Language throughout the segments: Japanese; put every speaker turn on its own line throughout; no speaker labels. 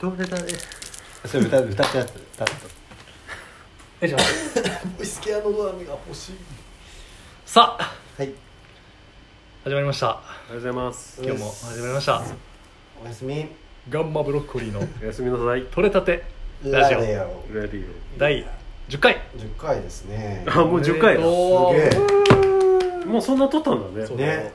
どれだね
それ歌歌ったやつ歌った
いしょ
ボイスケアのドアメが欲しい
さあ
はい
始まりました
ありがとうございます。
今日も始まりました
おやすみ
ガンマブロッコリーの
おやすみなさい。
取れたてラジオ
レオ
レディ
第10回
10回ですね
オ。あ、もう10回だ。
お
す
めで
げ
と
えーもうそんな撮ったんだ
う
ね。
ね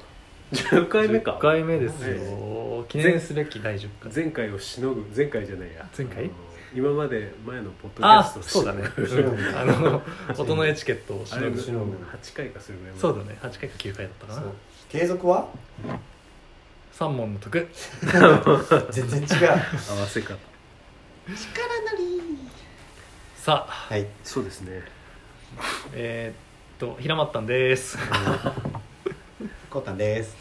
10回目
10
か。
回目です
ね
よ記念すべき第10回
前回をしのぐ、前回じゃないや。
前回
あの今まで前のポッドキャ
ああ
ストをし
そうだねうんあの音のエチケットをし
あ
の
れ
ぐ
しのぐ
8回かするぐらいまで。
そうだね8回か9回だったか
そ
な
う継続は
3問の得
全然違う
合わせ方。
さあ
はい
そうですね。
えーっと平まったんです
コタンです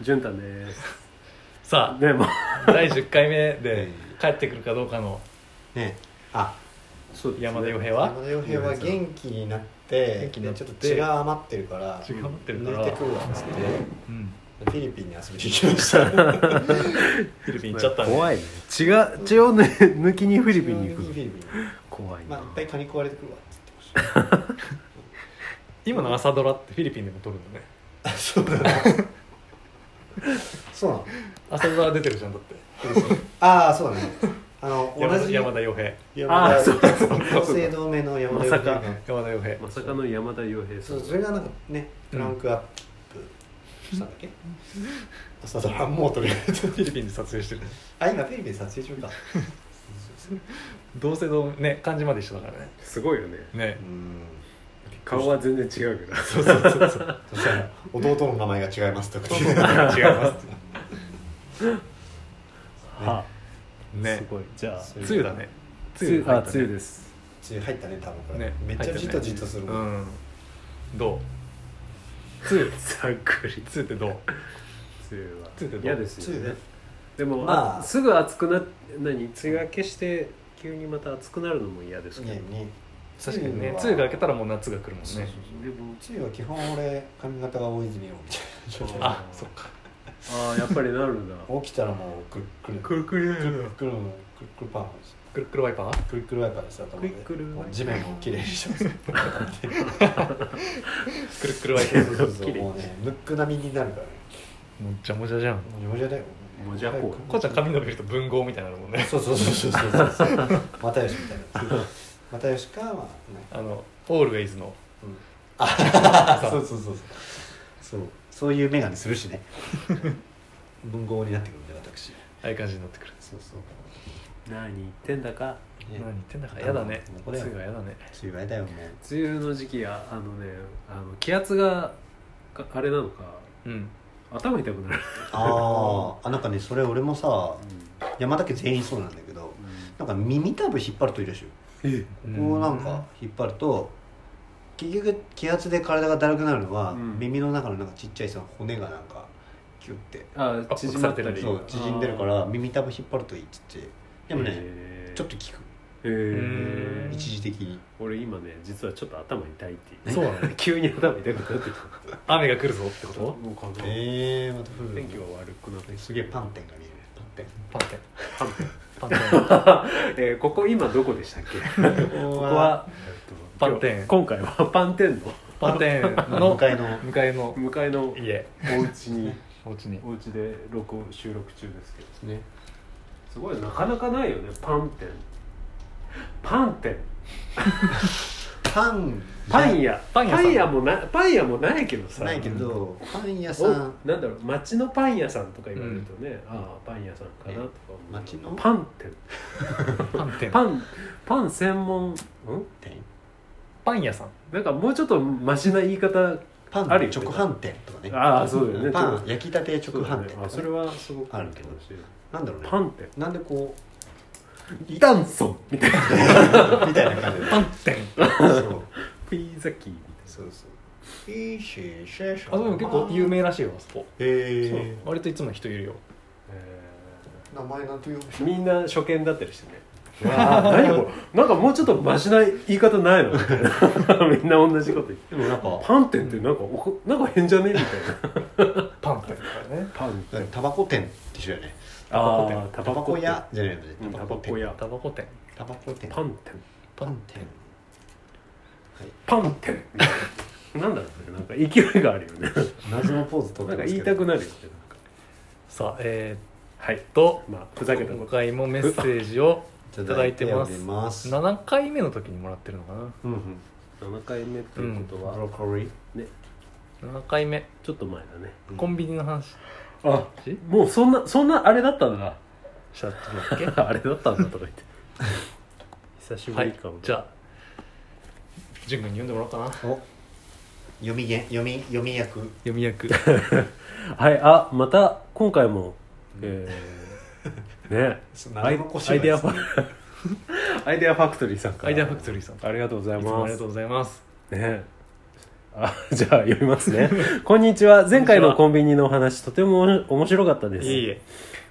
潤太です。
さ
ね、もう。
あ第10回目で帰ってくるかどうかの
ねあ
そうですね
山田洋平は
山田洋平は元気になって
元気になって
でちょっと血が余ってるから
血が余ってるから
抜いてくるわっつって
うん
フィリピンに遊びに行きました
フィリピン行っちゃったね
怖いね。血が、血をね、 抜きにフィリピンに行
フィ
く。
リピン
怖い
まあ。
ない
っぱいカニ食われてくるわっつってました
今の朝ドラってフィリピンでも撮るんだね
あ そうだなそうなの
朝ドラ出てるじゃんだって
ああそうだねあの
山
同
田
じ
山田洋平
山
あ
田
ーそうそうそう
同姓同名の山
ま
田
さか
山
洋平が
田洋平
まさかの山田洋平さ
そ
ん
う。それがなんかね
うん
クランクアップしたんだっけ、朝ドラもう取り上げて
フィリピンで撮影してる
あ今フィリピン撮影中か
どうせどうね漢字まで一緒だからね
すごいよね。
ね
うん
顔は全然違うけど。
そうそうそうそう
そしたら弟の名前が違いますとか
違い ます
は
ね
ごいじゃあ
梅雨だね
梅雨
入
あ
ったね
梅雨です
梅雨入ったね多分これ、
ね
めっちゃじとじとする
う
もん、
んどう梅雨梅
ざっくり
雨ってどう
梅雨は
梅雨ってどう
嫌ですよ
梅雨
ね
ね
でも、
まあ
あ、すぐ暑くな何梅雨明けして急にまた暑くなるのも嫌ですけど、
ねね
確かにね
は
梅雨が明けたらもう夏が来るもん
そう
ね
そう
でも
梅雨は基本俺髪型が大泉洋みたいな状態
あそっか
ああやっぱりなる んだ
起きたらもうくるくるく
く
る
るく
くる
る
くるくるくるパンをして
くるくるワイパー
くるくるワイパーでした頭で
くるくるワイパー
地面をきれいにしてます
くるくるワイパー
そうそうそ
き
う
れい
もうねムック並みになるからね
もうじゃもじゃじゃん
もじゃもじゃだよ
もじゃこ
こうちゃん髪伸びると文豪みたいになるもん ね
そうそうそうそうそうそう 又吉みたいな又吉かまあね
あのオールウェイズの
うんあ そうそうそうそうそうそういう眼鏡するしね文豪になってくるんで私
ああいう感じになってくる
そうそう
何言ってんだか
ね
何言ってんだか嫌だね
これ
梅雨が嫌だね
梅雨前だよもう
梅雨の時期はあのねあの気圧がかあれなのか
うん
頭痛くなる、
あーあなんかねそれ俺もさ
う
山田家全員そうなんだけど
ん
なんか耳たぶ引っ張るといいらしいよ
え
ここをなんか引っ張ると結局気圧で体がだるくなるのは、
うん
耳の中のなんかちっちゃいその骨がなんかキュッて
あ
あ
縮まってた
え
り
そう縮んでるから耳たぶ引っ張るといいっつってでもね、
えー
ちょっと効く
えー
うん
一時的に
俺今ね実はちょっと頭痛いっていう
そう なの
急に頭痛くなってきた
雨が来るぞってこと
もうこの
ええまた降
天気が悪くなってき
すげえパンテンが見えるパンテン
パンテンパン
た、えーここ今どこでしたっけ
こ
こ
こ
こは
パンテン
今回はパンテンの
テンパンテンの
向かいの
向かいの
向かいの
家
お家に
お家に
お家で録音収録中ですけど
ね
すごいなかなかないよねパンテンパンテン
パン
パン屋
パン屋さん
もなパン屋もないけどさ
ないけどパン屋さ
お
ん
なんだろう町のパン屋さんとか言われるとね、ああパン屋さんかなとか思う
町の
パン店
パンテン
パンパン専門ん
店
パン屋さん
なんかもうちょっとマシな言い方
パン
あるよね
直販店とかね
ああそうだよね
パ
ちょっ
ン
と
焼きたて直販店とかね
あそれはすごく
あるけど
面白い
なんだろうね
パン店
なんでこ
イタンソンみたいな
う みたいな感じで
パンテン
そう
ピーザキーみ
そうそういいしシェシ
あでも結構有名らしいよあそこ
え
割といつも人いるよ
たいな、え
名前なんていう
ーみんな初見だったりしてねわあ何これなんかもうちょっとマシな言い方ないのみ たいなみんな同じこと言って
でもなんか
パン店ってなんかおこなんか変じゃねみたいな
パンってやつだからね
パン
タバコ店って一緒だよね
タバコ店
タバコ屋じゃないのね
うんタバコ屋
タバコ店
タバコ店
パン店
パン店
パン店なんだろうねなんか勢いがあるよね
謎のポーズ取
なんか言
ってます
い
けど
たくなるよね
さあえー、はいと
まあふざけたこ
今
と
回もメッセージを
い
いただいて
おりす
7回目の時にもらってるのか
うんうん
7回目っていうことは、
ブロッコリー
ね
な7回目
ちょっと前だね
コンビニの話
あもうそんなそんなあれだったんだ
しちゃってるわけ
あれだったんだとか言って 久しぶ
は
り
い
かも、
じゃあ淳君に読んでもらおうかな
お読みげ読み読み役
読み役
はいあまた今回も、えーねアイアイデアファアイデアファクトリーさんから
アイデアファクトリーさん
ありがとうござい
いつもあ
ます
りがとうございます
ねあじゃあ読みますねこんにちは前回のコンビニのお話とてもおも面白かったです
いえいえ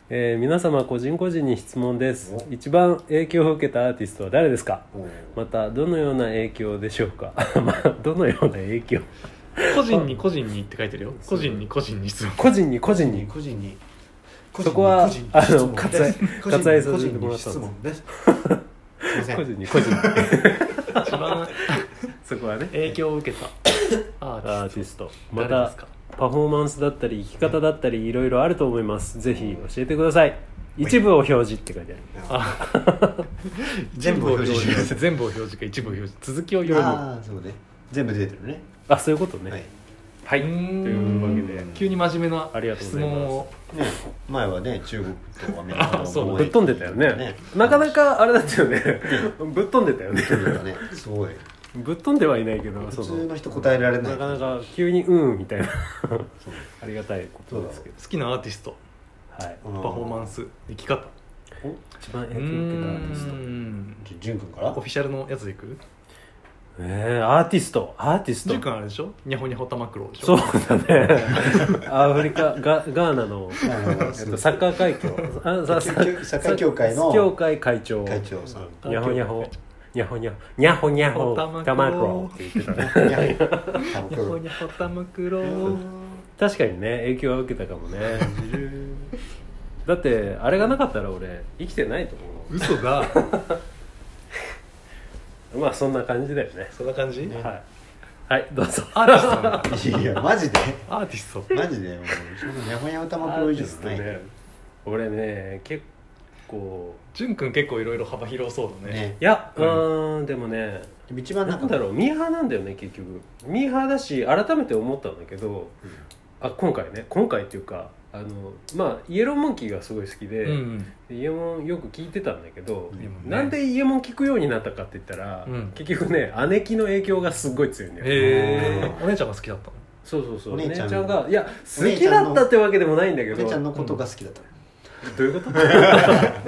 えー皆様個人個人に質問です
お
一番影響を受けたアーティストは誰ですか
お
またどのような影響でしょうか まあどのような影響
個人に個人にって書いてるよ個人に個人に質問
個人に個人に
個人に
そこは
個人に
あの
質問
割愛
です個
割愛さ
人に個
せ
人
てもら
に
ったんです
質問ですすいませ
個
ん
人に個人に
一番
そこはね
影響を受けたアーティス
アーティスト
ト
ま
誰で
た
すか
パフォーマンスだったり生き方だったりいろいろあると思いますぜひ教えてください一部を表示って書いてある
あ
全部を表示
全部全部を表示か一部を表示続きを読む
ああそうね全部出てるね
あそういうことね、
はいね
はいと
というわけで
急に真面目な
ありがとうご
質
ざいます
問を
前はね中国とアメリカ
あ
の
そう
貿
ぶっ
易
飛んでたよねなかなかあれだったよねぶっ飛んでたよね
そうだねすごい
ぶっ飛んではいないけど
普
その
通の人答えられない
なかなか急に「うん」みたいなありがたいことですけど
好きなアーティスト
はい
パフ
パフォーマンス生き方
一番
う
影響を受けたアーティスト
ん
じゅじゅんくんから
オフィシャルのやつでいく
えー、アーティストアーティス
ジュン
ト
君あれでしょニャホニャホタマクロでし
そ
ょ
うだね アフリカガガーナの
あの
えっとサッカー会協 あさ
サッカー協会の
協会会長
会長さん
ニャホニャホニャホニャホニャホニャホタマクロって言ってたね
いや多
ニャホ
分
ニャホタマクロ
確かにね影響は受けたかもねだってあれがなかったら俺生きてないと思
嘘だ
うまあそんな感じだよね
そんな感じ
ね
はいはいどうぞ
アーティストなんだ
いやマジで
アーティスト
マジでもうそんなやほや歌まくろ以上じゃないね
ね俺ね結構
ジュン君結構いろいろ幅広そうだね
いやう
うん
ーんでもね
でも一番な
なんん
か
だろうミーハーなんだよね結局ミーハーだし改めて思ったんだけど、
うん
あ今回ね今回っていうかあのまあイエローモンキーがすごい好きで、
うん
でイエモンよく聞いてたんだけど、
うん
でもね
なんでイエモン聞くようになったかって言ったら、
うん
結局ね姉貴の影響がすっごい強いんだよ、
へえお姉ちゃんが好きだったの
そうそうそう
お
お
姉
姉
ち
ち
ゃん
ゃんがいや
お
好
姉
き
ちゃん
だ
の
ったってわけでもないんだけ
お
ど
姉ちゃんのことが好きだった
どういうことどう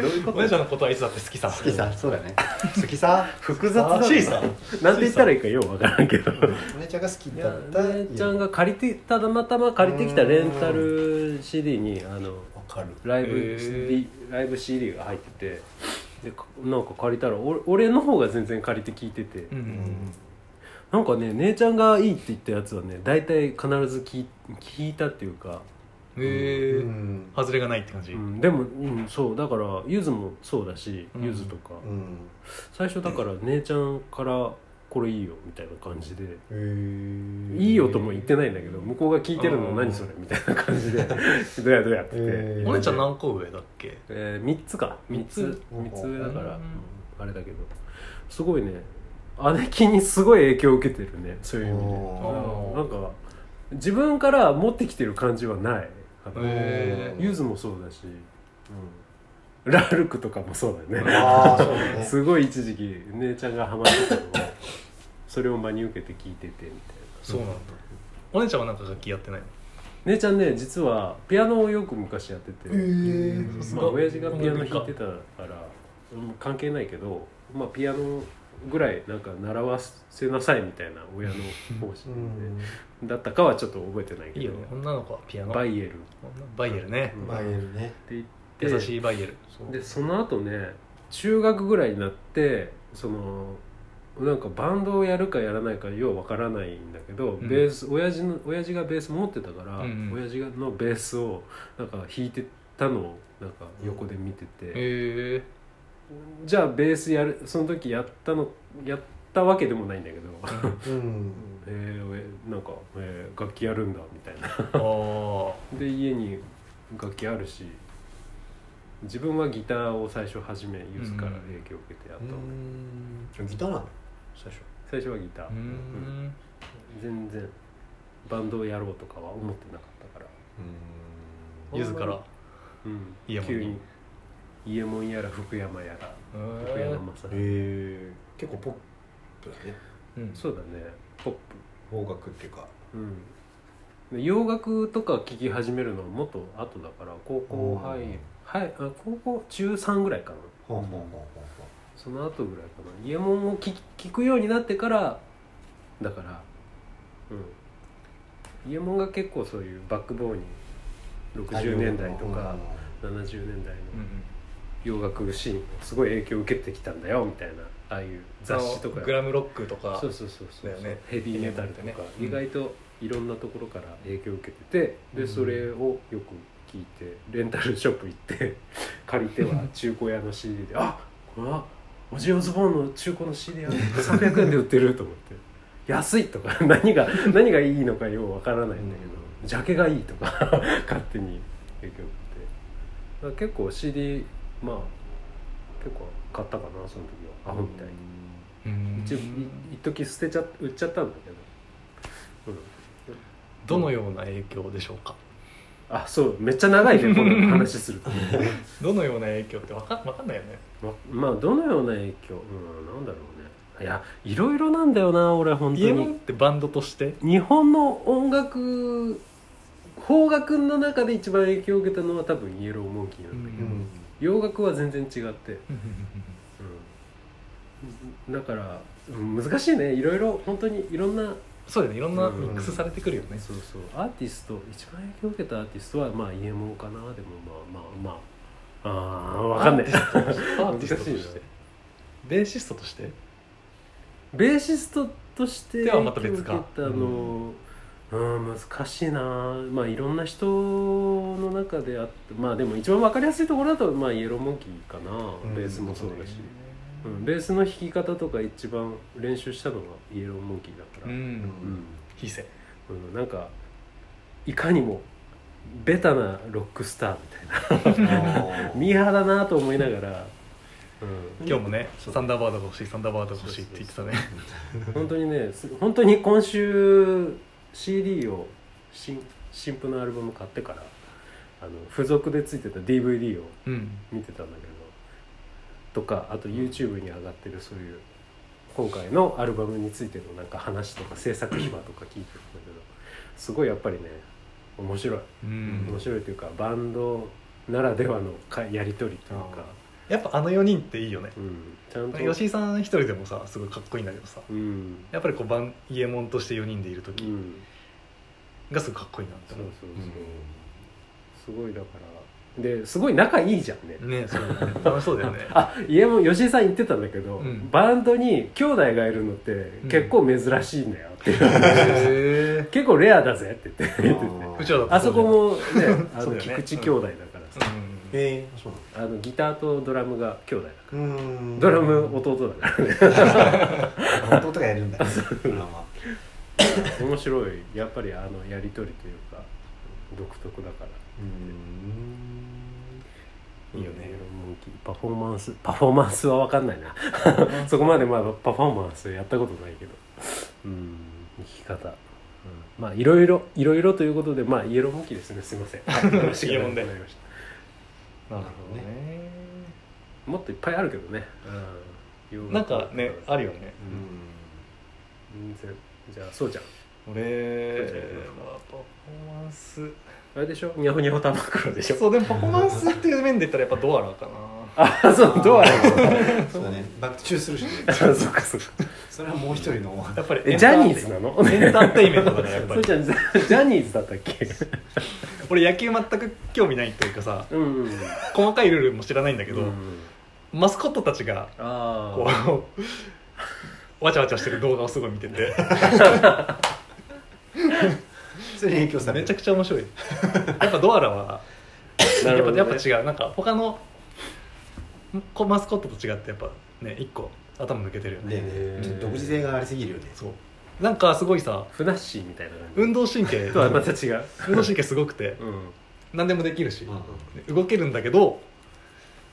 いうこ
お姉ちゃんのことはいつだって好きさ
好きさそうだね好きさ
複雑だな
シーさ
なんて言ったらいいかようわからんけど
お姉ちゃんが好き
い
だ
や
った
姉ちゃんが借りてたまたま借りてきたレンタル CD にあの
わかる
ライブ
へー
CD, ライブ CD が入っててでかなんか借りたら俺俺の方が全然借りて聞いてて、
うんうんうん
なんかね姉ちゃんがいいって言ったやつはね大体必ず聞い聞いたっていうか、
へえ
うん
外れがないって感じ
うんでも、うん、そうだからゆずもそうだし
うん
ゆずとか、
うん
最初だから姉ちゃんからこれいいよみたいな感じで。
へー
いいよとも言ってないんだけど向こうが聞いてるの
うん
何それみたいな感じでどやどやってて、
えー
お姉ちゃん何個上だっけ
えー、3つか3つ
三つ
三つ上だから、
うん
あれだけどすごいね姉貴にすごい影響を受けてるねそういう意味で
お
ー
なんか自分から持ってきてる感じはないあの
へー
ゆずもそうだし、うん、ラルクとかもそう だよね
ああそうだね
すごい一時期姉ちゃんがハマってたのを それを真に受けて聞いててみたいな。
そうなんだお姉ちゃんはなんか楽器やってないの
姉ちゃんね実はピアノをよく昔やってて、
え
さす
ま
が
あ親父がピアノ弾いてたから、うん関係ないけど、まあ、ピアノぐらいなんか習わせなさいみたいな親の方針で、だったかはちょっと覚えてないけ
い
ど
いよね女の子はピアノ
バイエルっ
バイエルね
うん
まあ言えるね
て言って
優しいバイエル
でその後ね中学ぐらいになってそのなんかバンドをやるかやらないかようわからないんだけど、
ん
ベース親父の親父がベース持ってたから、
うんうん
親父のベースをなんか弾いてたのをなんか横で見てて、
え
じゃあベースやるその時やったのやったわけでもないんだけど、
うん
えーえなんか、えー楽器やるんだみたいな
ー、あ
で家に楽器あるし自分はギターを最初始めユースから影響を受けてやったの、
ギターなの最初
最初はギター、
あうん
全然バンドをやろうとかは思ってなかったから、
ゆずから
うん
家もんに
急に家もんやら福山やら
へ
福
ー
山雅治、
へえ結構ポップだね
うん
そうだねポップ
邦楽っていうか
うん、洋楽とか聴き始めるのはもっと後だから高校入
うん
はいあ高校中3ぐらいかな
ほうほうほうほう
その後ぐらいかなイエモンを聴き聞くようになってからだからうんイエモンが結構そういうバックボーンに60年代とか70年代
うんう
の
ん
洋楽シーンをすごい影響を受けてきたんだよみたいなああいう雑誌とか
あのグラムロックとか
そうそうそうそう
だよね
ヘビーメタルと
ヘビーメ
か
タルとかね
意外といろんなところから影響を受けてて、
うん
でそれをよく聞いてレンタルショップ行って 借りては中古屋の CD で「あこれはオジオズボーンの中古の CD や300円で売ってる」と思って「安い」とか 何が何がいいのかようわからないんだけど、ジャケがいいとか 勝手に影響を受けてだから結構 CD まあ結構買ったかなその時はアホみたいに。
うん
一応い一時捨てちゃ売っちゃったんだけど、うん、
どのような影響でしょうか
あそうめっちゃ長いねこの話すると
どのような影響ってわかわかんないよね
ままあどのような影響、うん、なんだろうねいやいろいろなんだよな俺本当
イエモンっ
に
てバンドとして
日本の音楽邦楽の中で一番影響を受けたのは多分イエローモンキーなんだけど、
うん
洋楽は全然違って、うん、だからうん難しいねいろいろ本当にいろんな
そうだよねいろんなミックスされてくるよね
そうそうアーティスト一番影響を受けたアーティストはまあ EMO かなでもまあまあまああーわか んない
アーティストと
難
してベーシストとして
ベーシストとして
ではまた別か
影響を受けたのうん難しいなまあいろんな人の中であってまあでも一番わかりやすいところだとまあイエローモンキーか
うん
なベースもそうだし、うん、ベースの弾き方とか一番練習したのがイエローモンキーだか
う
ら、
ん
うん
非正
うん、なんかいかにもベタなロックスターみたいな ミーハーだなと思いながら、う
今日もねサンダーバードが欲しいサンダーバードが欲しいって言ってたね
ん、本当にねす本当に今週 CD を新新譜のアルバム買ってからあの付属でついてた DVD を
うん
見てたんだけどとかあと YouTube に上がってるそういう今回のアルバムについてのなんか話とか制作秘話とか聞いてたんだけどすごいやっぱりね面白い。
うん
面白いというかバンドならではのかやり取りというか、
やっぱあの4人っていいよね
うん、ちゃんと、
吉井さん一人でもさすごいかっこいいんだけどさ
うん
やっぱりこうバンイエモンとして4人でいる
う
時
ん、
がすごいかっこいいなっ
そ
て
う
思
そう
う
そう、すごいだからですごい仲いいじゃんね、
ねそうだね楽しそうだよね
あ家も吉井さん言ってたんだけど、
うん
バンドに兄弟がいるのって結構珍しいんだよっていう、
へえ
結構レアだぜって言って言ってて
あー
うちらだって
あそこ
う
もねあ
そう
の
だよね
菊池兄弟だからさ、
だよね
ええそう
あのギターとドラムが兄弟だから
なんだうん
ドラ ム弟だから
弟がやるんだよドラマ
面白いやっぱりあのやり取りというか独特だから
うん
いいよね
イエローモンキーパフォーマンスパフォーマンスは分かんないなそこまでまあパフォーマンスやったことないけどうん生き方、うんまあいろいろいろいろということでまあイエローモンキーですねすいません話が長くなりまし
なるほどね
たもっといっぱいあるけどね、うん
なんかねあるよね
うん全然じゃあそうちゃんそ
俺
うだよね
はパフォーマンス
あれでしょニャホニャホ玉袋でしょ
そうでもパフォーマンスっていう面で言ったらやっぱドアラかな
あそうドア ラ
そうだねバック中するしね
あそうかそうか
それはもう一人の
やっぱり
えジャニーズなの
エンターテインメントだから やっぱ
そう
り
じゃんジャニーズだったっけ
俺野球全く興味ないというかさ
うんうん
細かいルールも知らないんだけど、
うん
マスコットたちが
あ
こうわちゃわちゃしてる動画をすごい見てて
それに影響され
めちゃ
る
くちゃ面白いやっぱドアラは
な
や
るほ
っぱ,、
ど、ね、
やっぱ違うなんか他のこマスコットと違ってやっぱね一個頭抜けてるよね
ねえねえちょっと独自性がありすぎるよね
そうなんかすごいさ
ふなっしーみたいな感じ
運動 神経
とはまた違う、
運動神経すごくて
うん、
何でもできるし
うんうん
動けるんだけど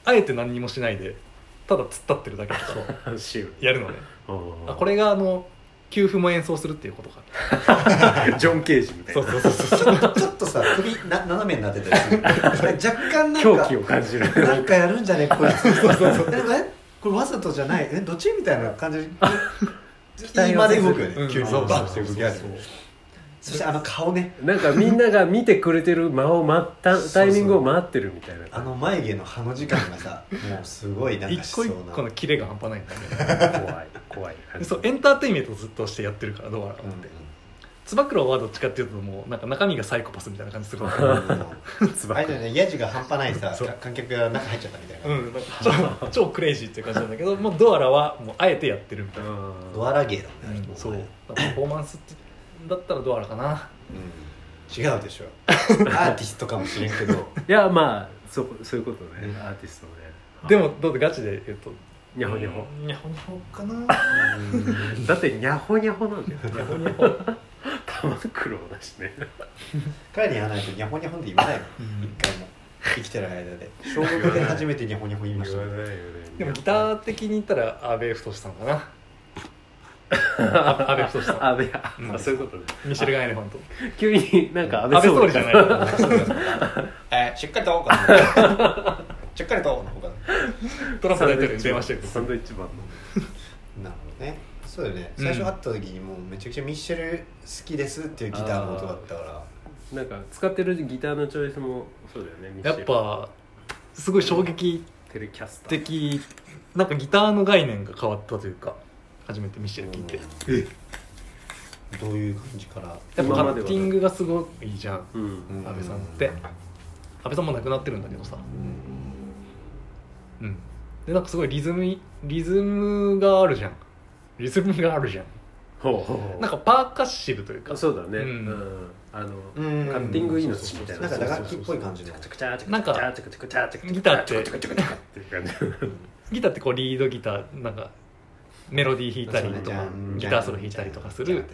あえて何にもしないでただ突っ立ってるだけとか
シウ
やるのね
あ
あこれがあの給付も演奏するっていうことか
ジョン・ケージみたい
そ
な
うそうそうそう
ちょっとちょっとさ首な斜めになってたりする若干なん
狂
か
気を感じる
なんかやるんじゃねこいつそうそうそうえこれわざとじゃないえどっちみたいな感じ言いまで動くよね、
うん
急に
そう
バッて動きある
そうそう
そしてあの顔ね
なんかみんなが見てくれてる間を待ったタイミングを待ってるみたいな
あの眉毛の歯の時間がさもうすごいなんか
一
しそ
個
う
一
な
個のキレが半端ないんだね
怖い怖い
でそうエンターテインメントをずっとしてやってるからどうなの
うん
つば九郎はどっちかっていうともうなんか中身がサイコパスみたいな感じするから
うん うん
つ
あ
ば
れだよねヤジが半端ないさ
そう
観客が中入っちゃったみたいな、
うん、なんか超超クレイジーっていう感じなんだけ どもうドアラはもうあえてやってるみたいな、
ドアラゲーだもんね、
うん、そう
うん、
パフォーマンスってだったらドアラかな
違うで しょアーティストかもしれんけど
いやまあそそういうことね
うん
アーティストね
でもどうぞガチで言うと
ニャホニャホ
ニャホニャホかな
うん
だってニャホニャホなんだよ
ニャホニャホ
玉黒だしね
彼にやらないとニャホニャホって言わないの 一回も生きてる間で小学で初めてニャホニャホ言いましたね
でもギター的に言ったら阿部太さんか なあ阿部太さ
あべ
うん
あそういうことね
んミシェルガン・エレファント
急になんか
阿
安
部
倍
総理じゃない
えーしっかり とかなしっかりとの方が
トランプ大統領に電話してる
サンドイッチマンの
なるほどねそうだよね
うん
最初会った時にもうめちゃくちゃミッシェル好きですっていうギターの音だったから
なんか使ってるギターのチョイスもそうだよねミシ
や
ェ
っ
ル
ぱすごい衝撃
テレキャスター
的なんかギターの概念が変わったというか初めてミシェル聞いて
どういう感じから
やっぱカ
今ま
ッ
では
ティングがすごいいいじゃん
うん、
うん
安倍さんって安倍さんも亡くなってるんだけどさうんでなんかすごいリズムいリズムがあるじゃんリズムがあるじゃん
ほうほうほう
なんかパーカッシブというか
あそうだね、
う
うんんあの、
うん
カッティング命みたい
な
なん
か打楽器っぽい感じの
チャクチャチャ
なんか
チャチャチャチャチャチャ
ギターって
チャチャチャチャっていう感じ
ギターってこうリードギターなんかメロディー弾いたりと
そうだ
か
ねジャン
ギターソロ弾いたりとかす
ジャン
る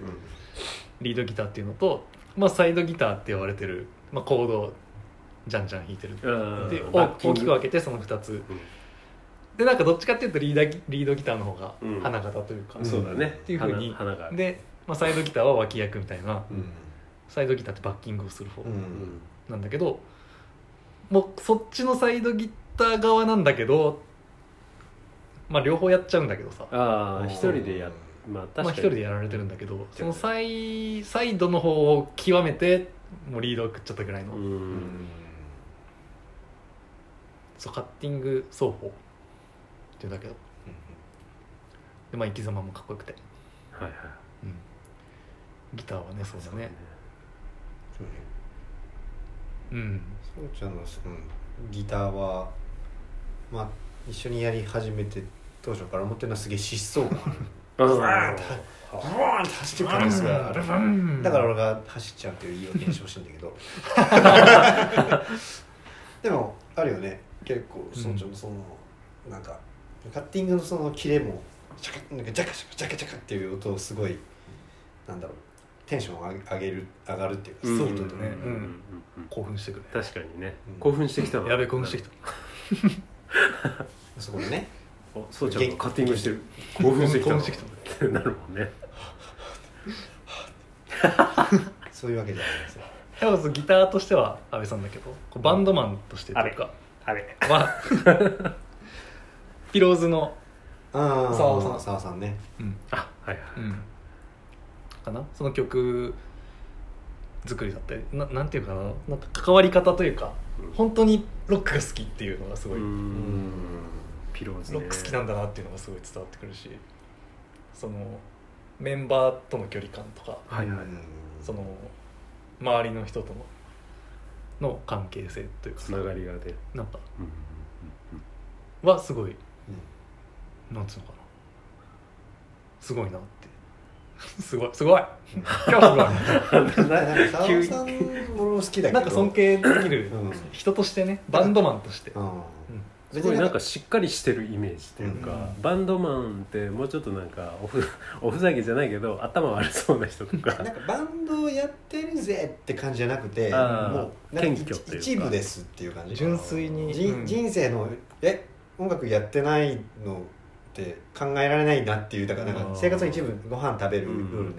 リードギターっていうのと、まあ、サイドギターって言われてる、まあ、コードをじゃんじゃん弾いてる
うん
で
うん
大
バッ
き
キン
大
グ
きく分けてその2つ
うん
でなんかどっちかっていうとリーダーギリードギターの方が
うん
花形というか、
うん
そうだね
っていうふうに
花花が
で、まあ、サイドギターは脇役みたいな
うん
サイドギターってバッキングをする方
うん
うん
なんだけど、もうそっちのサイドギター側なんだけどまあ両方やっちゃうんだけどさ
ああ一人でやまあ確かに、
まあ、一人でやられてるんだけどそのサイサイドの方を極めてもうリードを食っちゃったぐらいの、
うん、
うん
そうカッティング奏法っていうんだけどで、まあ、生き様もかっこよくて、
はいはい
うんギターはねそうだね
そうね
うん
そうちゃんのそのギターはまあ一緒にやり始めて当初から思ってるのはすげえ疾走感
うん
ブワーンってブワーンって走ってる感じがだから俺が走っちゃうっていう言い訳にしてほしいんだけ どでもあるよね結構村長のその、なんかカッティングのそのキレもジャカなんかジャカジャカジャカジャカっていう音をすごいなんだろうテンションを上げ上げる上がるっていうか
うん
そういう音
ね
ね、
うんうんうん
興奮してく
確かにね、
うん
興奮してきた
れ
わ
やべえ興奮してきた
そこでね
あそうちゃんがカッティングしてる興奮してきた
興
わ
奮してきた
ってなるもんね
そういうわけじゃないですよ
やっぱそうギターとしては安倍さんだけどこうバンドマンとしてというか、
あれ
まあピローズの、
ああ
沢さん
沢さんね
うん
あはいはい、
うん、かなその曲作りだったりななんていうかななんか関わり方というか
うん
本当にロックが好きっていうのがすごい、
う
うん
ピローズ、ね、
ロック好きなんだなっていうのがすごい伝わってくるしそのメンバーとの距離感とか
はいはい、
その周りの人とのの関係性というか
つながりが出る、
なんか
うん
はすごいなんつうのかなすごいなって すごいすごい今日 すご
ななん か沢
急
村
に
さんも俺も好きだけど
いなんか尊敬できる
うん、うん、
人としてねバンドマンとして
すごいなんかしっかりしてるイメージというか、
うん
バンドマンってもうちょっとなんかおふ おふざけじゃないけど頭悪そうな人と か
なんかバンドをやってるぜって感じじゃなくて
あー
もうなんか
謙虚というか
一部ですっていう感じ
純粋に
人
うん
人生のえ音楽やってないのって考えられないなっていうだからなん
あ
か
ー
生活の一部ご飯食べる
うん
夜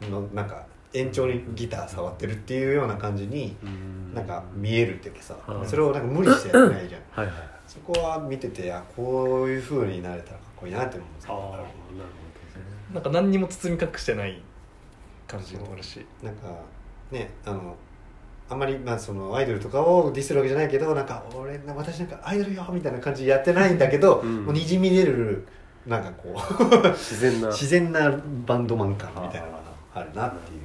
寝るのなんか延長にギター触ってるっていうような感じになんか見えるっていうかさ
うん
それをなんか無理してやってないじゃん
はいはいあ
そこは見ててあこういう風になれたらかっこいいなって思うんです
あなるほど
よ
なんか何にも包み隠してない感じもあるし
なんかねあのあんまりまあそのアイドルとかをディスるわけじゃないけどなんか俺な私なんかアイドルよみたいな感じでやってないんだけど、
うん
もうにじみ出るなんかこう
自然な
自然なバンドマン感みたいなのがあるなっていう、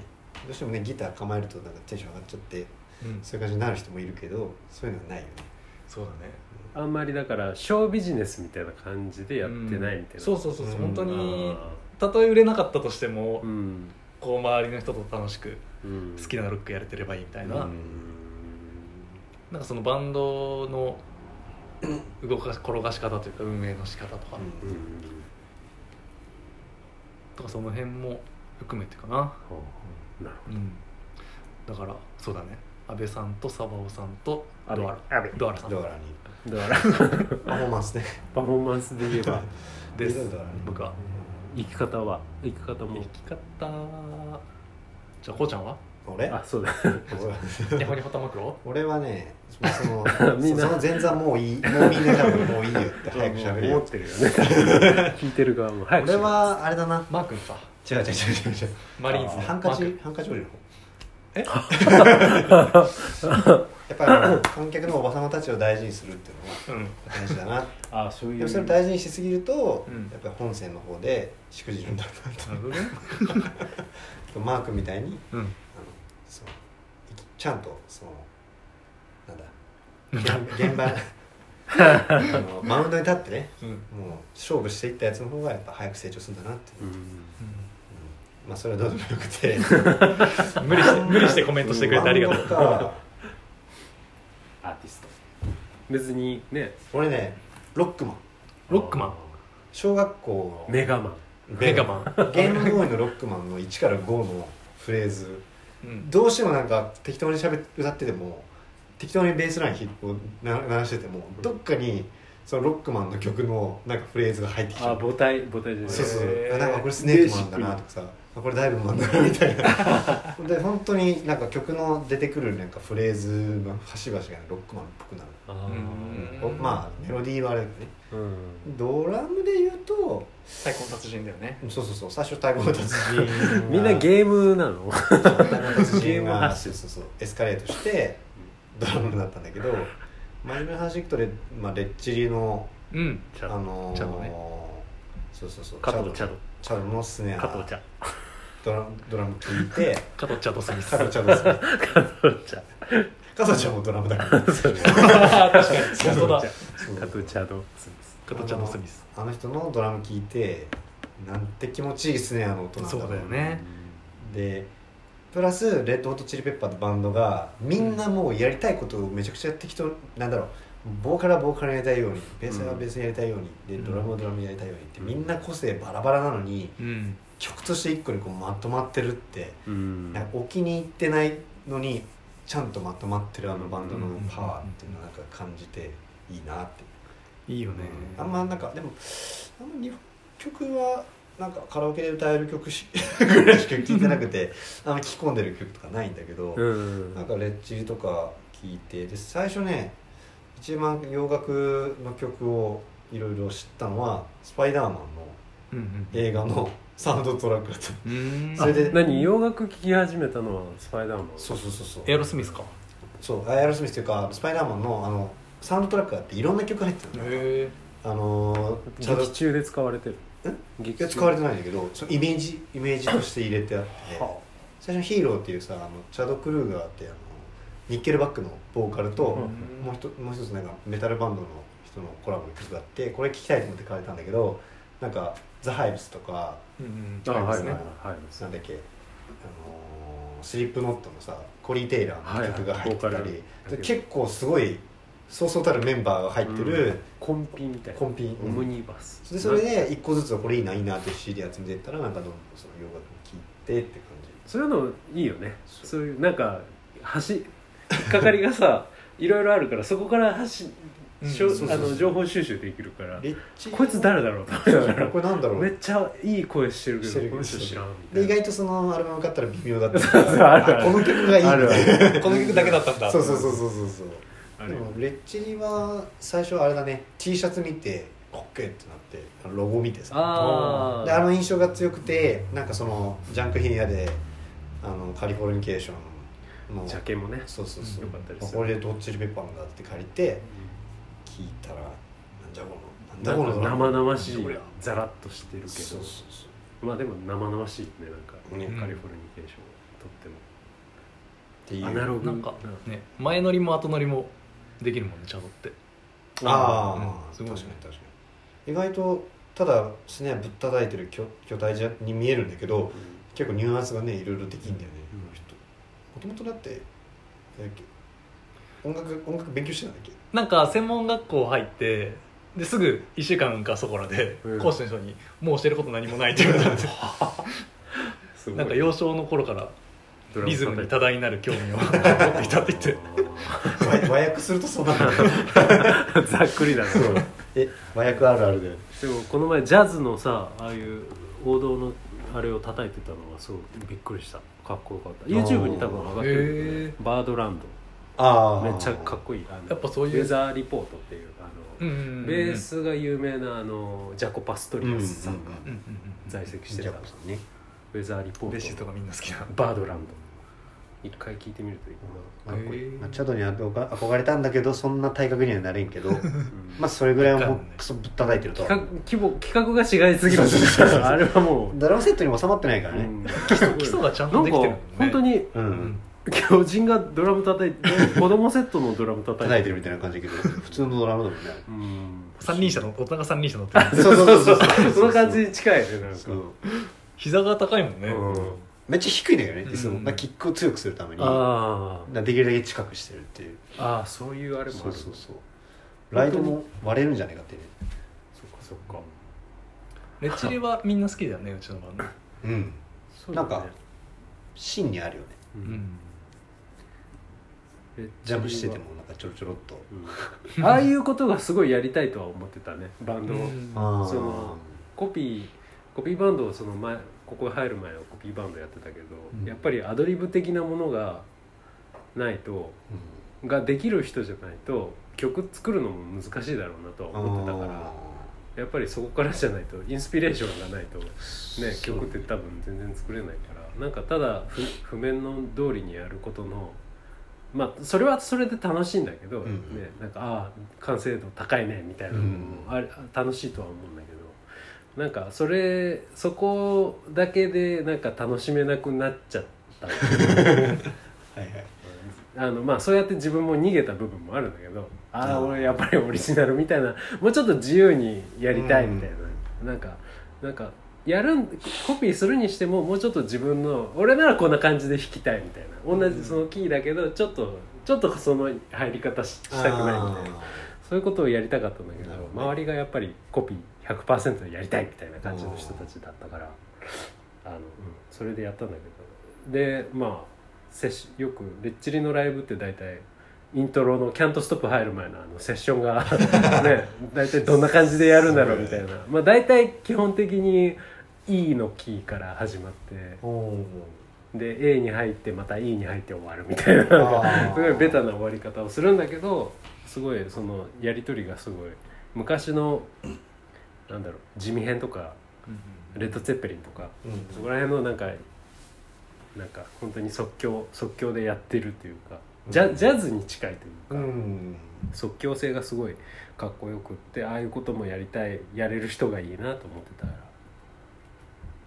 ね、どうしてもねギター構えるとなんかテンション上がっちゃって
うん
そういう感じになる人もいるけどそういうのはないよね
そうだね
あんまりだからショービジネスみたいな感じでやってないみたいな、
うんそうそうそうそう
うん
本当に
あ
たとえ売れなかったとしても、
ーうん
こう周りの人と楽しく
うん
好きなロックやれてればいいみたいな、
うん
なんかそのバンドの動かし転がし方というか運営の仕方とか、
うん
うん
とかその辺も含めてかな、
ほうなる
うん、だからそうだね安倍さんとサバオさんと
ほど
ドアラドアラさん
ドアラに
だから
パフォーマンスね
パフォーマンスで言え ば
です
ドアラに
僕は
生き方は生き方
生
も
き方はじゃあこうちゃんは
俺
あそうだ
俺
ヤホニホタマクロ
俺はねその
みんな
その前座もういいもうみんな多分もういいよ って早く喋れ
思
よ
ってるよね聞いてる側も早く
俺はあれだな
マー君さ
違う違う違う違う違う
マリーンズの
ハンカ
マー
チ
君
ハンカチ折りの方
え
やっぱり観客のおば様たちを大事にするっていうのは
うん
大事だな
あそうい
でもそれを大事にしすぎると、
うん
やっぱり本線の方でしくじるんだろう
なるほどね
なとマークみたいに
うん
あのそのいきちゃんとそのなんだ現現場あのマウンドに立ってね
うん、
もう勝負していったやつの方がやっぱ早く成長するんだなって、
う
うん
ん
まあそれはどうでもよ くて
うん無理して無理してコメントしてくれてありがとう
漫画か
アーティスト別にね
俺ねロックマン
ロックマン
小学校の
メガマン
メガマ
ンゲームボーイのロックマンの1から5のフレーズ
うん
どうしてもなんか適当にしゃべ歌ってても適当にベースラインひをな鳴らしててもどっかにそのロックマンの曲のなんかフレーズが入ってきちゃ
あ
う
母体母体じゃない
そうそう
へー
あなんかこれスネークマンだなとかさあこれダイブマンだなみたいなで本当になんか曲の出てくるなんかフレーズの端々がねロックマンっぽくなる、
あ
うん
ー
おまあメロディーはあれだけどね
うん
ドラムで言うと
太鼓の達人だよね
そうそうそう最初太鼓の達 人
みんなゲームなの
ーム太鼓の達
ゲー
人
ム
が
発
そうそうそうエスカレートしてドラムになったんだけど真面目な話聞くとレ,、まあ、レッチリの
うん
ち
あ
ゃ
のー
チャドね
そうそうそう
加藤茶の
チャドのスネア
加藤茶
ドラドラム聞いて
加藤茶とスミス
加藤ちゃんですね
加藤茶
加藤ちゃんもドラムだから
そう
確かに
加藤
本当だ
茶
そう
加藤茶の
加藤茶とスミス
あの人のドラム聞いてなんて気持ちいいですねあの音なんだろ
そうだよ
う
ね
でプラスレッドホットチリペッパーのバンドがみんなもうやりたいことをめちゃくちゃ適当なんだろうボーカルはボーカルやりたいようにベースはベースやりたいように、
うん
でドラムはドラムやりたいようにって
うん
みんな個性バラバラなのに
うん
曲として一個にこうまとまってるって
うん
なんかお気に入ってないのにちゃんとまとまってるあのバンドのパワーっていうのをなんか感じていいなって
いいよね
あんまなんかでもあんま日本曲はなんかカラオケで歌える曲し ぐらいしか聴いてなくてあんま聴き込んでる曲とかないんだけど、
うん
なんかレッチリとか聴いてで最初ね一番洋楽の曲をいろいろ知ったのは「スパイダーマン」の
うんうん
映画のサウンドトラックだった
うーん
それで
あ何洋楽聴き始めたのはスパイダーマン
そうそうそうそう
エアロスミスか
そうエアロスミスっていうかスパイダーマンのあのサウンドトラックがあっていろんな曲入ってるのよ
へ
あのーちゃんと
劇中で使われてる劇
いや使われてないんだけどそのイメージイメージとして入れてあって
は
最初の「ヒーロー」っていうさあのチャド・クルーガーってあのニッケルバックのボーカルと、
うん
もう一つもう一つなんかメタルバンドの人のコラボの曲があってこれ聞きたいと思って買えたんだけどなんかザ・ハイブスとか
うんうん
あは
はいい
はい
なんだっけ、あのースリップノットのさコリー・テイラーの曲が入ってたり、
はいはいボーカル
で結構すごいそうそうたるメンバーが入ってる、
コンピみたいな
コンピ
オムニバス
でそれで一個ずつこれいいないいなって CD 集めてったらなんかどんどんその洋楽を聴いてって感じ
そういうのいいよね
そう
そういうなんか橋引っかかりが さいろいろあるからそこから橋し
うん
ょ
そうそう
そう
あの情報収集できるから
レッチ
こいつ誰だろうと思いなが
これなんだ
ら
ろ
めっ
う
ちゃいい声してるけ
して
ど
る
この人知らん
で
み
意
たい
外とそのアルバム買ったら微妙だった
な あるある
この曲がいいみ
ある
たいな
ある
この曲だけだったんだ
そうそうそうそうそうそう
ある
で
よ
もレッチリは最初あれだね T シャツ見てコッケってなってあのロゴ見てさ
あ
ー
であの印象が強くてなんかそのジャンク品屋であのカリフォルニケーションの
あジャケもね
そうそうそう
よかったです
あこれでどっちリペッパーなんだって借りて聞いたらなんじゃこのなんだこのドラ
なん
マ
か生々しい
なんだこ
ザラッとしてるけ
れそうそうそ
どまあでも生々しいよねなんか
うね
うん
カリフォルニケーションとっても
っていう
アナログ
なんかね前乗りも後乗りもできるもんねチャドって
ああ、
うんすごい
確かに確かに意外とただスネアぶったたいてる巨巨大じゃに見えるんだけど結構ニュアンスがねいろいろできんだよね、
うん
この人もともとだってえ音楽音楽勉強してたんだっけ
なんか専門学校入ってですぐ1週間かそこらで
うん
講師の人に「もう教えること何もない」って言われたんですよ
すごい
なんか幼少の頃から
ドラム
リズムに
叩
多大なる興味を持っていたって言って
和 和訳するとそうなる
いてざっくりだな
え和訳あるあるだよね
でもこの前ジャズのさああいう王道のあれを叩いてたのがすごいびっくりしたかっこよかった
ー
YouTube に多分上がってる、
へ
バードランド
あ
めっちゃかっ
こ
こいいあの
やっぱそういう
ウェザーリポートっていうあの、
うんうんうんうん
ベースが有名なあのジャコ・パストリアスさんが
うんうん
在籍してたの
う
ね、ウェザーリポ
うんベー
ー
シス
ト
トがみんな好きな
バードランド一回聞いてみるといいか
かっこいい、
へー
まあ、チャドに憧れたんだけどそんな体格にはなれんけ ど
な、
まあそれぐらいはも
わか
う
んない
クソぶったたいてると
企画規模企画が違いすぎます あれはも
ドラムセットにも収まってないか
う、
らね
うん
基礎がちゃん
な
と
ん
で
か
きてるもんね
本当に
うん、
うん
巨人がドラム叩いて子供セットのドラム叩いて
叩いてるみたいな感じだけど普通のドラムだもんね
うん
三輪車の大人が三輪車乗ってる
そうそう そうそう
そんな感じに近いよねなんか
そう
膝が高いもんね、
うん
めっちゃ低いんだよね
うん
いつも、まあ、キックを強くするためにだか
あー
らできるだけ近くしてるっていう
あーそういうあれもあ
そ
る
うそうそうライドも割れるんじゃないかってね
そっかそっか
レッチリはみんな好きだよねうちのバンド
うん
そうだね
なんか芯にあるよね
う
うん
ジャンプしててもなんかちょろちょろっと
うんああいうことがすごいやりたいとは思ってたねバンドを
うん
あー
そのコピーコピーバンドをその前ここ入る前はコピーバンドやってたけど、
うん
やっぱりアドリブ的なものがないと
うん
ができる人じゃないと曲作るのも難しいだろうなとは思ってたからやっぱりそこからじゃないとインスピレーションがないと、ね、
そう
曲って多分全然作れないからなんかただふ譜面の通りにやることのまあそれはそれで楽しいんだけど、
うんうん
ね、なんかああ完成度高いねみたいなのも
うん
あれ楽しいとは思うんだけど。なんかそれそこだけでなんか楽しめなくなっちゃった
はいはい
あのまあそうやって自分も逃げた部分もあるんだけどああ
うん
俺やっぱりオリジナルみたいなもうちょっと自由にやりたいみたいな、なんかなんかやるんコピーするにしてももうちょっと自分の俺ならこんな感じで弾きたいみたいな同じそのキーだけどちょっとちょっとその入り方ししたくないみたいな
あ
そういうことをやりたかったんだけど
なるほどね
周りがやっぱりコピー100%やりたいみたいな感じの人たちだったからあの、うん、それでやったんだけどでまあセッシよくレッチリのライブって大体イントロの「キャントストップ」入る前のあのセッション が、ね、大体どんな感じでやるんだろうみたいな、まあ、大体基本的に E のキーから始まって
ーおー
で A に入ってまた E に入って終わるみたいななん
あ
か
ー
すごいベタな終わり方をするんだけどすごいそのやり取りがすごい昔のなんだろう地味編とかレッド・ツェッペリンとか
うん
そこら辺のなんかなんか本当に即興即興でやってるというかジャ,、
うん
ジャズに近いというか、
うん
即興性がすごいかっこよくってああいうこともやりたいやれる人がいいなと思ってたから、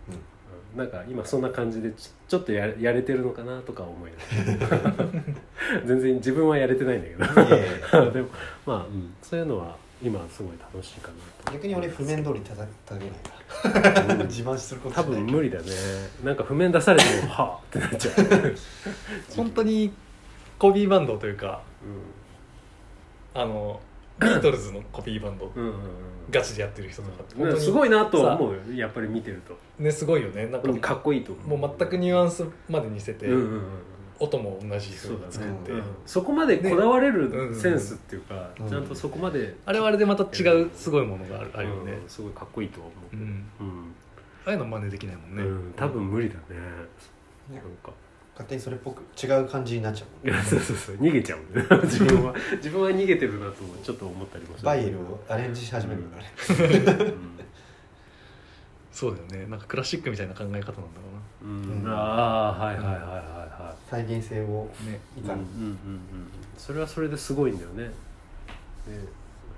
うん
うんなんか今そんな感じでちょちょっとやれやれてるのかなとか思いながら全然自分はやれてないんだけど
いやいやいや
でもまあ、うんそういうのは今すごい楽しいかなと
逆に俺譜面通り叩叩けないか
う
ら
ん
自慢すること
多
しない
分無理だねなんか譜面出されてもはあってなっちゃう、
本当にコピーバンドというかあのビートルズのコピーバンド
うん、うんうん
ガチでやってる人とかって
うん
本当に
すごいなとは思うよやっぱり見てると
ねすごいよねなんか
うんかっこいいと思う
もう全くニュアンスまで似せて、
うんうんうん
音も同じ風
そ
に
う
作
だ
っ
ね
て、
うんそこまでこだわれ
ねうんうん
るセンスっていうか、
うん
ちゃんとそこまで
あれはあれでまた違うすごいものがある,、あるよね、
うんすごいかっこいいと思
う
う、
ん、
うん
ああいうの真似できないもんね、
うん多分無理だねな
ね
んか
勝手にそれっぽく違う感じになっちゃう
い
もん
や
ね
そうそうそう逃げちゃう ね自分は自分は逃げてるなとちょっと思ったりもする
バイエルをアレンジし始めるから
う
ね、
ん
そうだよねなんかクラシックみたいな考え方なんだろ
うん
うん
ああはいはいはいはいは
再現性を
うなね
い
い、
か
うん
に
うんうんうん、それはそれですごいんだよねね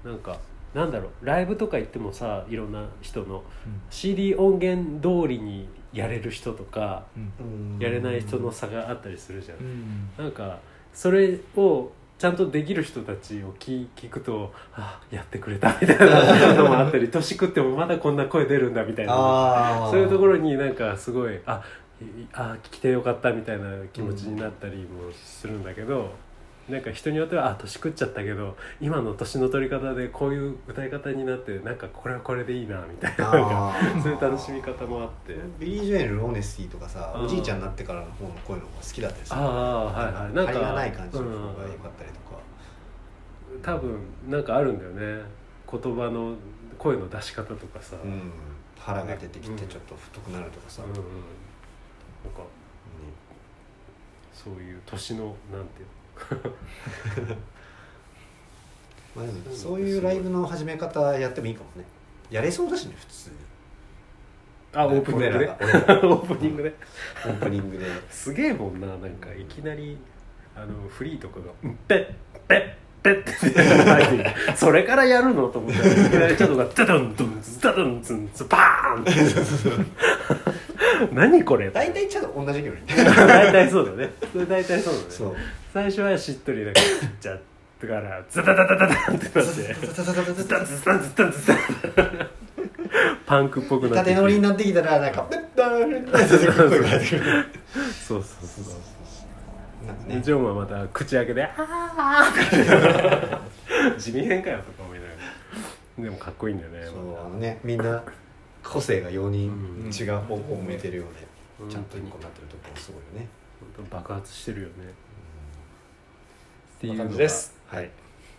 なんかなんだろうライブとか行ってもさいろんな人の CD 音源通りにやれる人とか
うん
うん
やれない人の差があったりするじゃん
う、ん
なんかそれをちゃんとできる人たちを聞聞くとあやってくれたみたいなのもあ ったり年食ってもまだこんな声出るんだみたいな
ああ
そういうところになんかすごいあいあ聞きてよかったみたいな気持ちになったりもするんだけど、なんか人によってはあ年食っちゃったけど今の年の取り方でこういう歌い方になってなんかこれはこれでいいなみたいななんか
あー
そういう 楽しみ方もあって。
ビリー・ジョエル・オネスティとかさ
うん
おじいちゃんになってからの方の声の方が好きだったりす
あ
る
あはいはいなんか
張りがない感じの
うん
方が良かったりとか、
多分なんかあるんだよね言葉の声の出し方とかさ、
う
うん
ん、腹が出てきてちょっと太くなるとかさ、
なん
ね
かそういう年のなんていう
まあでもそういうライブの始め方やってもいいかもねやれそうだしね普通に
のあオープニング
俺
で
らが俺らが
オープニングで、
オープニ ングです
げえもんななんかいきなりあのフリーとかが「うんペッペッペッ」って入 ってきてそれからやるのと思ったらいきなりちょっとが「ダダンドンズダダンズンズバーン!」 って何これ
大体ちょっと同じように
大体そうだよねそれ大体そうだよね
そう
最初はしっとりだけどじゃってからザダダダダダンってなってズタズタズタズタパンクっぽくなって
縦乗りになってきたらなんか 「ペッダーン!」って 声が出てくる
そうそうそうそう
なんか
で
ね
ジョンはまた口開けで「ああ」地味変かよとか思いながらでもかっこいいんだよね
そうあのねみんな個性が4
うん
人違う方向を向いてるようで、
うん
ちゃんと1個立ってるところすごいよね、
本当爆発してるよねって
こ
い
ん
う
な
の
感じ
が
です
はい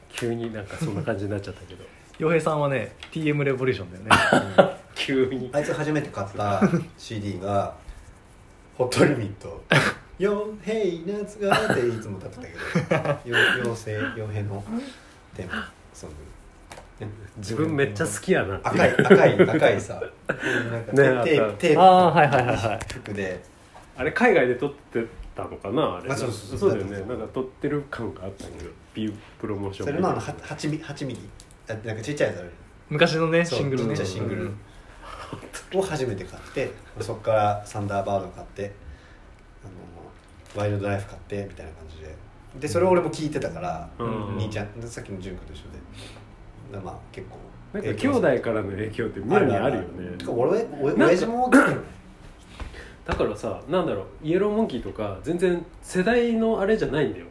急になんかそんな感じになっちゃったけど
洋平さんはね TM レボリューションだよね
急に
あいつ初めて買った CD が「ホットリミット」「よへい夏が」っていつも歌ってたけど「よ妖精傭兵のテーマソング
自分めっちゃ好きやなって
赤い赤い赤いさなんかテ
ね
テ
あっ
ー
た
プテープ
ああはいはいはいはい
服で
あれ海外で撮ってたのかなあれ
あそうそうそう
だよねなんか撮ってる感があったけどビュープロモーション
それのあのは8ミリ8ミリあなんかちっちゃいやつある
昔のね
そう
シングル
ち
ね
っちゃいシングルを初めて買ってそこからサンダーバード買ってあのワイルドライフ買ってみたいな感じででそれを俺も聞いてたから、
うん
兄ちゃんさっきの純子と一緒でだからまあ結構
なんか兄弟からの影響って
あ
妙
る
に
ある
あるよ
て
ね
か俺
な
俺
んか
親父 も聞いてるよね
だからさなんだろうイエローモンキーとか全然世代のあれじゃないんだよ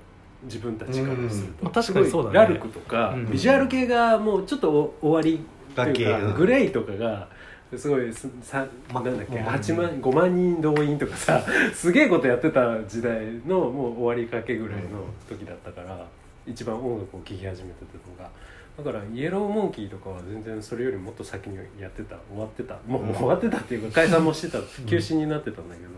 自分たちからする
ま
と
あ確かにそうだね
ラルクとか、
うん
ビジュアル系がもうちょっとお終わりっていう
だけう
か
ん
グレイとかがすごいすさ
ま
なんだっけ
もう
8万5万人動員とかさ すげえことやってた時代のもう終わりかけぐらいの時だったから一番音楽を聴き始めてたのがだからイエローモンキーとかは全然それよりもっと先にやってた終わってたもう
うん
終わってたっていうか解散もしてた休止になってたんだけど、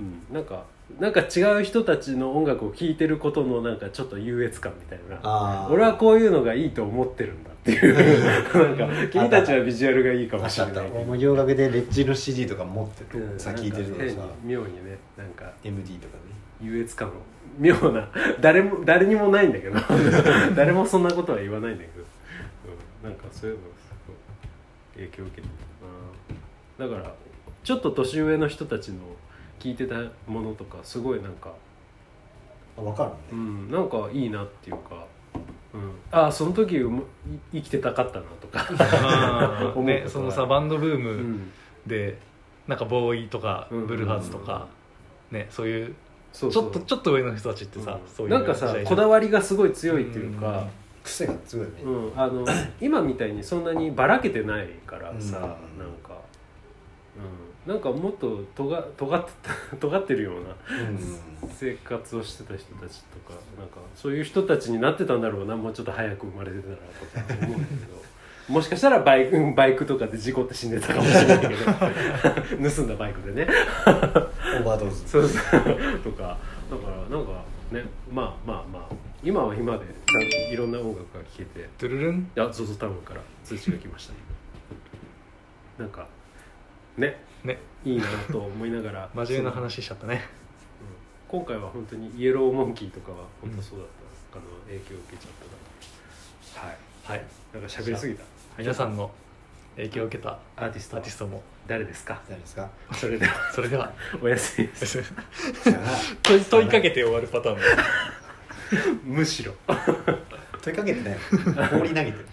うん、なんかなんか違う人たちの音楽を聴いてることのなんかちょっと優越感みたいな
あー
俺はこういうのがいいと思ってるんだっていうなんか君たちはビジュアルがいいか
あ
も
っ
したれ
あ
な
っ
い
た
け
俺
ど
も洋楽でレッジの CD とか持ってて
うん
さ聞いてるの
なん
さ
か変に妙にねなんか
MD とかね
優越感を妙な誰も誰にもないんだけ ど誰もそんなことは言わないんだけど、うんなんかそういうのすごい影響を受けてたなだからちちょっと年上の人たちの聞いてたものとかすごいなんか
あ分かる
う
ね
んなんかいいなっていうか、うん、ああその時うむい生きてたかったなとか、
あー
思うこと
ね
は
そのさバンドブー
う
ム
ん、
で、なんかボーイとか
うん
ブルーハーツとか、ねそういう
そう
ち
そ
ょ
う
っとちょっと上の人たちってさ、
うん
そういう
なんかさこだ
わ
わりがすごい強いっていうか、
癖が強いね、
うんあの今みたいにそんなにばらけてないからさ、
うん
なんか、うん、なんかもっととが尖ってた 尖ってるような
うん
生活をしてた人たちとかなんかそういう人たちになってたんだろうなもうちょっと早く生まれてたらとか思うんだけど もしかしたらバイクうんバイクとかで事故って死んでたかもしれないけど 盗んだバイクでね
オーバードーズ
そうそうとかだからなんかねまあまあまあ今は今でちゃんといろんな音楽が聴けて
トゥルルン
あ ZOZO タウンから通知が来ましたなんかね
ね
いいなと思いながら
真面目な話しちゃったね
今回は本当にイエローモンキーとかは本当そうだった、あの影響を受けちゃったからはい
はい
なんか喋りすぎた
皆さんの影響を受けた
アーティスト
アーティストも
誰ですか
誰 ですか
それでは
それで は
おやすみです
じゃあ
問い問いかけて終わるパターンだ
むしろ
問いか けてないもん放り投げてる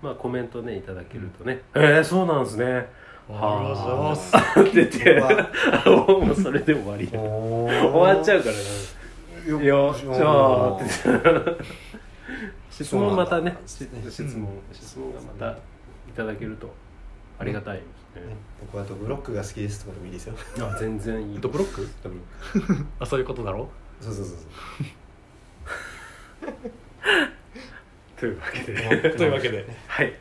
まあコメントねいただけるとね、えー、そうなんです ね
あ
はあ出て
は
もうそれで終わり終わっちゃうからな
よ
いやじゃあって質問またね
そう
質
なんだ
質問、質問がまたいただけるとありがたい、ね
僕はあとブロックが好きですとかでもいいですよ
あ全然いい
ドブロック
多分
あそういうことだろ
そうそうそう
というわけで
そう
というわけで
はい
はい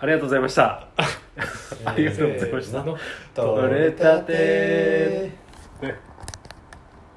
ありがとうご ざいました
はい
ありがとうございました
取れたて